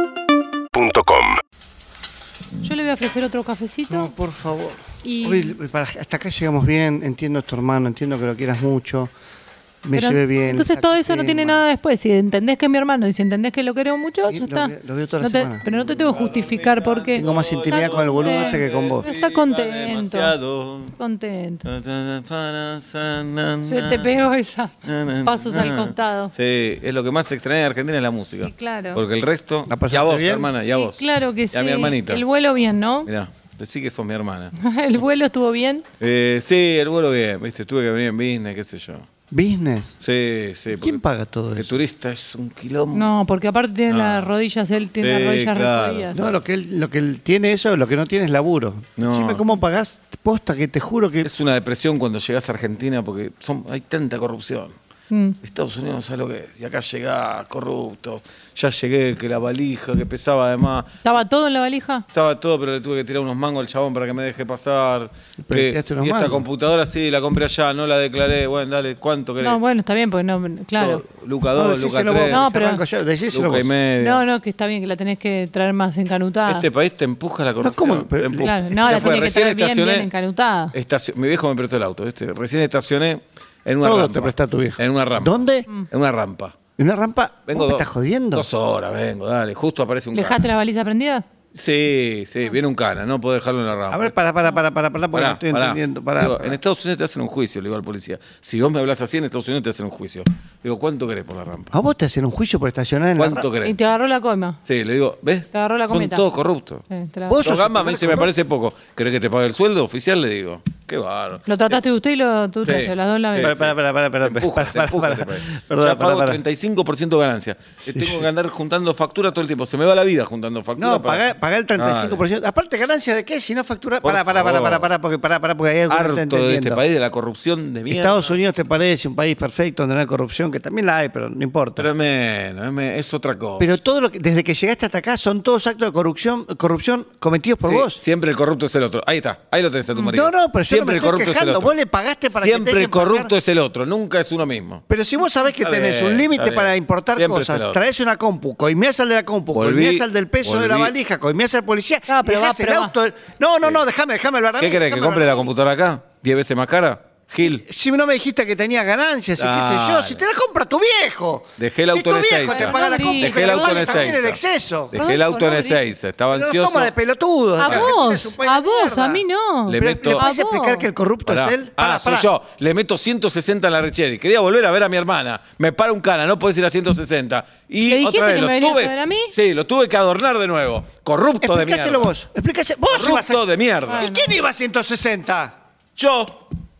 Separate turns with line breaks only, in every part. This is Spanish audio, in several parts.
UrbanaPlayFM.com
Yo le voy a ofrecer otro cafecito.
No, por favor.
Y-
Uy, para- hasta acá llegamos bien. Entiendo a tu hermano, entiendo que lo quieras mucho. Me
pero
llevé bien.
Entonces
saco
todo eso no tiene
tema.
nada después. Si entendés que es mi hermano y si entendés que lo queremos mucho,
Sí,
ya
lo
está.
veo- lo veo toda la
No te-
semana.
pero no te tengo que justificar por qué.
Tengo más intimidad
Está
con el boludo este que con
contento,
vos.
Está contento.
Demasiado.
Contento. Se
Se
te pegó esa. Pasos al costado.
Sí, es lo que más extraña de Argentina es la música.
Y claro.
Porque el resto.
¿La
y a
pasaste
vos,
bien?
hermana, y a
Y
vos.
claro que sí.
Y a mi hermanita.
El vuelo bien, ¿no?
Mirá, decí que sos mi hermana.
el vuelo estuvo bien.
Eh, sí, el vuelo bien, viste, tuve que venir en business, qué sé yo.
¿Business?
Sí, sí. porque
¿Quién paga todo
El
eso?
turista es un quilombo.
No, porque aparte tiene
No.
las rodillas, él tiene
Sí,
las rodillas
claro.
refodidas.
No, lo que, él, lo que él tiene eso, lo que no tiene es laburo.
No.
Decime cómo pagás posta, que te juro que.
Es una depresión cuando llegás a Argentina porque son, hay tanta corrupción.
Mm.
Estados Unidos sabe lo que es. Y acá llegás, corrupto. Ya llegué, que la valija, que pesaba además.
¿Estaba todo en la valija?
Estaba todo, pero le tuve que tirar unos mangos al chabón para que me deje pasar.
Pero le
Que-
tiraste
y
unos
esta
mangos.
computadora sí, la compré allá, no la declaré. Bueno, dale, ¿cuánto querés?
No, bueno, está bien, porque no, claro.
Todo. Luca 2, Luca
decíselo
3,
vos,
No,
se
pero-
arranco yo, decíselo
Luca y
vos.
medio.
No, no, que está bien, que la tenés que traer más encanutada.
Este país te empuja a la corrupción.
¿cómo? Pero-
Te empuja.
Claro, no, la
Ya fue,
tenés que
recién
traer bien,
estacioné- este,
bien encanutada.
estacio- mi viejo me prestó el auto, ¿viste? Recién estacioné en una
Todo
rampa.
te presta tu viejo.
En una rampa.
¿Dónde?
Mm.
En una rampa.
¿En una rampa?
Vengo
¿Vos me
dos-
estás jodiendo?
Dos horas, vengo, dale. Justo aparece un
¿Le
cana.
dejaste la baliza prendida?
Sí, sí, viene un cana, no puedo dejarlo en la rampa.
A ver, para, para, para, para, para, porque
Pará,
no estoy
pará.
entendiendo. Para,
Digo, En este- Estados Unidos te hacen un juicio, le digo al policía. Si vos me hablas así, en Estados Unidos te hacen un juicio. Digo, ¿cuánto querés por la rampa?
¿A vos te hacen un juicio por estacionar en la rampa?
¿Cuánto
Y
querés?
te agarró la coima.
Sí, le digo, ¿ves?
Te agarró la
Son
cometa.
todos corruptos.
Sí, te la-
Vos
Dos
sos
gambas
el
me dice, me
primer
parece poco. ¿Querés que te pague el sueldo oficial? Le digo, qué bárbaro.
Lo trataste de usted y lo tú
Sí.
trataste, las dos la
Sí.
Para,
vez.
para, para, para, para,
Te empuja, te
para,
empuja
para,
este país.
perdón,
ya
para,
pago
para.
35% de ganancia. Eh, Tengo que andar juntando factura todo el tiempo. Se me va la vida juntando factura.
No,
para-
pagá, pagá el 35%. Aparte, ¿ganancia de qué? Si no factura.
Ah. Por
Pará, pará, pará,
favor.
pará, pará, porque, pará, pará, porque hay algo que no
Harto
está
de este
entendiendo.
país, de la corrupción de mierda.
Estados Unidos te parece un país perfecto donde no hay corrupción, que también la hay, pero no importa.
Pero
Pero,
es menos, es menos, es otra cosa.
todo lo que, desde que llegaste hasta acá son todos actos de corrupción, corrupción cometidos por
Sí,
vos.
Siempre el corrupto es el otro. Ahí está, ahí lo tenés a tu marido.
No, no, pero yo no me estoy quejando. Vos le pagaste para que
Siempre
te deje
el corrupto
pasar.
es el otro, nunca es uno mismo.
Pero si vos sabés que
Está
tenés
bien,
un límite
está
para
bien.
importar
Siempre se
cosas,
lo-
traes una compu, coimeás al de la compu,
Volví,
coimeás al del peso de la
volví.
valija, coimeás al policía,
Ah, pero
dejás
va, pero
el
va.
auto. No, no, no, déjame, déjame hablar a mí,
¿Qué querés? ¿Que
déjame
compre
hablar
la
a mí.
computadora acá? ¿Diez veces más cara? Gil.
Si no me dijiste que tenía ganancias y qué sé yo,
Dale.
si te la compra tu viejo.
Dejé el
Si
auto en
tu viejo te
Ezeiza.
paga la
Rodri,
compu, que
Dejé
te
el
la
auto en
pague también el
Ezeiza.
exceso.
Dejé el auto en
Rodolfo,
Ezeiza. Estaba
Pero nos
ansioso.
toma de pelotudos.
A
acá, Argentina es un
vos,
país de
a vos,
mierda.
a mí no.
Le
Pero,
meto-
¿Le podés
A vos.
explicar que el corrupto
Pará.
es él?
Ah,
Pará,
soy
pará.
yo. Le meto 160 en la Richeri. Quería volver a ver a mi hermana. Me para un cana, no podés ir a 160. Y
¿Le dijiste
otra vez
que
lo
me venías
tuve.
a ver a mí?
Sí, lo tuve que adornar de nuevo. Corrupto de mierda.
Explicáselo vos. Explícase. Vos ibas a...
Corrupto de mierda.
¿Y quién iba a 160?
Yo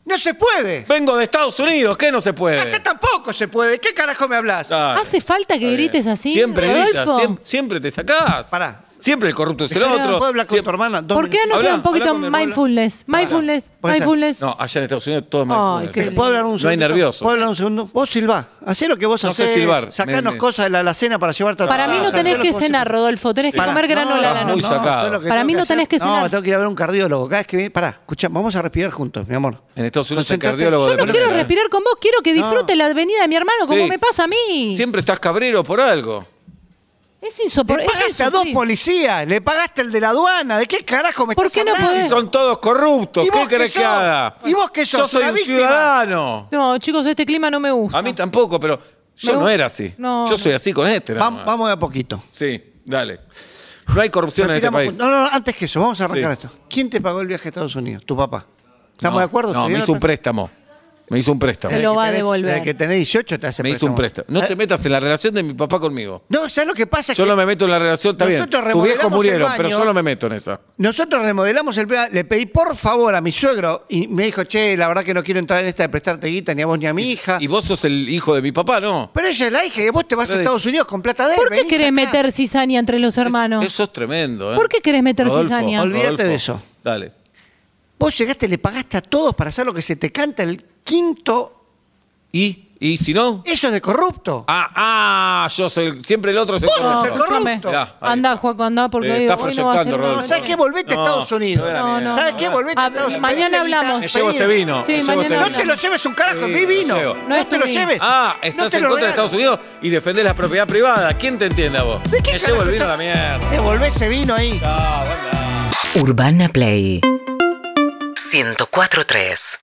No se puede.
vengo de Estados Unidos, ¿qué no se puede?
Allá tampoco se puede. ¿Qué carajo me hablas?
Dale.
¿Hace falta que grites así,
Siempre gritas,
Rodolfo?
siempre, siempre te sacás.
Pará.
Siempre el corrupto es el
Dejá,
otro.
¿Puedo hablar con tu
Siempre-
hermana? Dos
¿Por qué no
minutos.
ser
Habla,
un poquito
habla con el pueblo.
mindfulness? Mindfulness,
Puede ser.
mindfulness.
No, allá en Estados Unidos todo es
Ay,
mindfulness.
qué
Sí.
¿Puedo hablar un
No hay
segundo?
nervioso.
¿Puedo hablar un segundo? Vos silbá. Hacé lo que vos
No sé
hacés.
silbar.
Sacanos
Me- me-
cosas de la, la cena para llevarte a
Para
tu
mí no
casa.
tenés
Hacé lo
que
vos
cenar,
siempre-
Rodolfo. Tenés que
Pará.
comer granola a la
no,
noche.
muy sacado.
yo lo que
Para
tengo
mí no tenés que
hacer- No,
cenar.
tengo que ir a ver un cardiólogo. Cada vez que viene... Pará, escuchá, vamos a respirar juntos, mi amor.
En Estados Unidos el
Concentrate.
cardiólogo
Yo
de
no quiero
primera.
respirar con vos, quiero que disfrute la venida de mi hermano como
Sí.
me pasa a mí.
Siempre estás cabrero por algo.
Es
Le
insoportable.
pagaste a dos policías, le pagaste el de la aduana. ¿De qué carajo me
¿Por
estás
qué no
hablando?
podés?
Si son todos corruptos,
¿Y
¿qué
vos qué
querés que
sos?
haga?
¿Y vos qué sos?
Yo soy
¿Una
un
víctima? Ah.
ciudadano.
No, chicos, este clima no me gusta.
A mí tampoco, pero yo
Me
no
gusta-
era así.
No,
yo soy así con este. nada
Vam-
más.
Vamos de a poquito.
Sí, dale. No hay corrupción en este
Respiramos
país.
juntos. No, no, no, antes que eso, vamos a arrancar
Sí.
esto. ¿quién te pagó el viaje a Estados Unidos? ¿Tu papá? ¿Estamos
No,
de acuerdo?
No,
¿Te
me
dio
hizo
la
un préstamo. Me hizo un préstamo.
Se
Desde
lo
que
va a
tenés-
devolver.
Desde que tenés 18 te hace
Me hizo un préstamo. No te
Eh,
metas en la relación de mi papá conmigo.
No, ¿sabes lo que pasa? Es
Yo
que
no me meto en la relación, está bien.
Nosotros
Tus viejos
remodelamos
murieron,
el
pero
baño.
yo no me meto en esa.
Nosotros remodelamos el PA, le pedí por favor a mi suegro y me dijo, che, la verdad que no quiero entrar en esta de prestarte guita ni a vos ni a mi hija.
Y vos sos el hijo de mi papá, ¿no?
Pero ella es la hija y vos te vas a
Pero-
Estados Unidos con plata de él.
¿Por qué
venís
querés
acá.
meter cizaña entre los
Ah,
hermanos?
Eso es tremendo, ¿eh?
¿Por qué querés meter
Rodolfo,
cizaña?
Olvídate
Rodolfo,
de eso.
Dale.
Vos llegaste, le pagaste a todos para hacer lo que se te canta el quinto
Y ¿Y si no?
Eso es de corrupto.
Ah, ah, yo soy el- siempre el otro es el
Vos sos el
corrupto.
corrupto.
escúchame.
Mirá, ahí
Anda,
está.
Juaco, anda, porque
Eh,
hoy,
estás
hoy no va a
proyectando,
ser
Roberto.
No, ¿Sabes qué? Volvete
No,
a Estados Unidos.
no era mi idea.
¿Sabes qué? Volvete a
Ah,
Estados Unidos.
mañana hablamos.
Me llevo este vino.
Sí,
me llevo este
mañana
No
vino.
te lo lleves un carajo,
Sí,
mi vino.
lo llevo.
No,
No es
te
tu
lo
vino.
lleves.
Ah,
No
estás
te
en
lo
contra de
regalo.
Estados Unidos y defendés la propiedad privada. ¿Quién te entiende a vos?
¿De qué
Me llevo
carajo
el vino a la
estás-
mierda.
Devolvé ese vino ahí.
Ah, bueno.
Urbana Play 104.3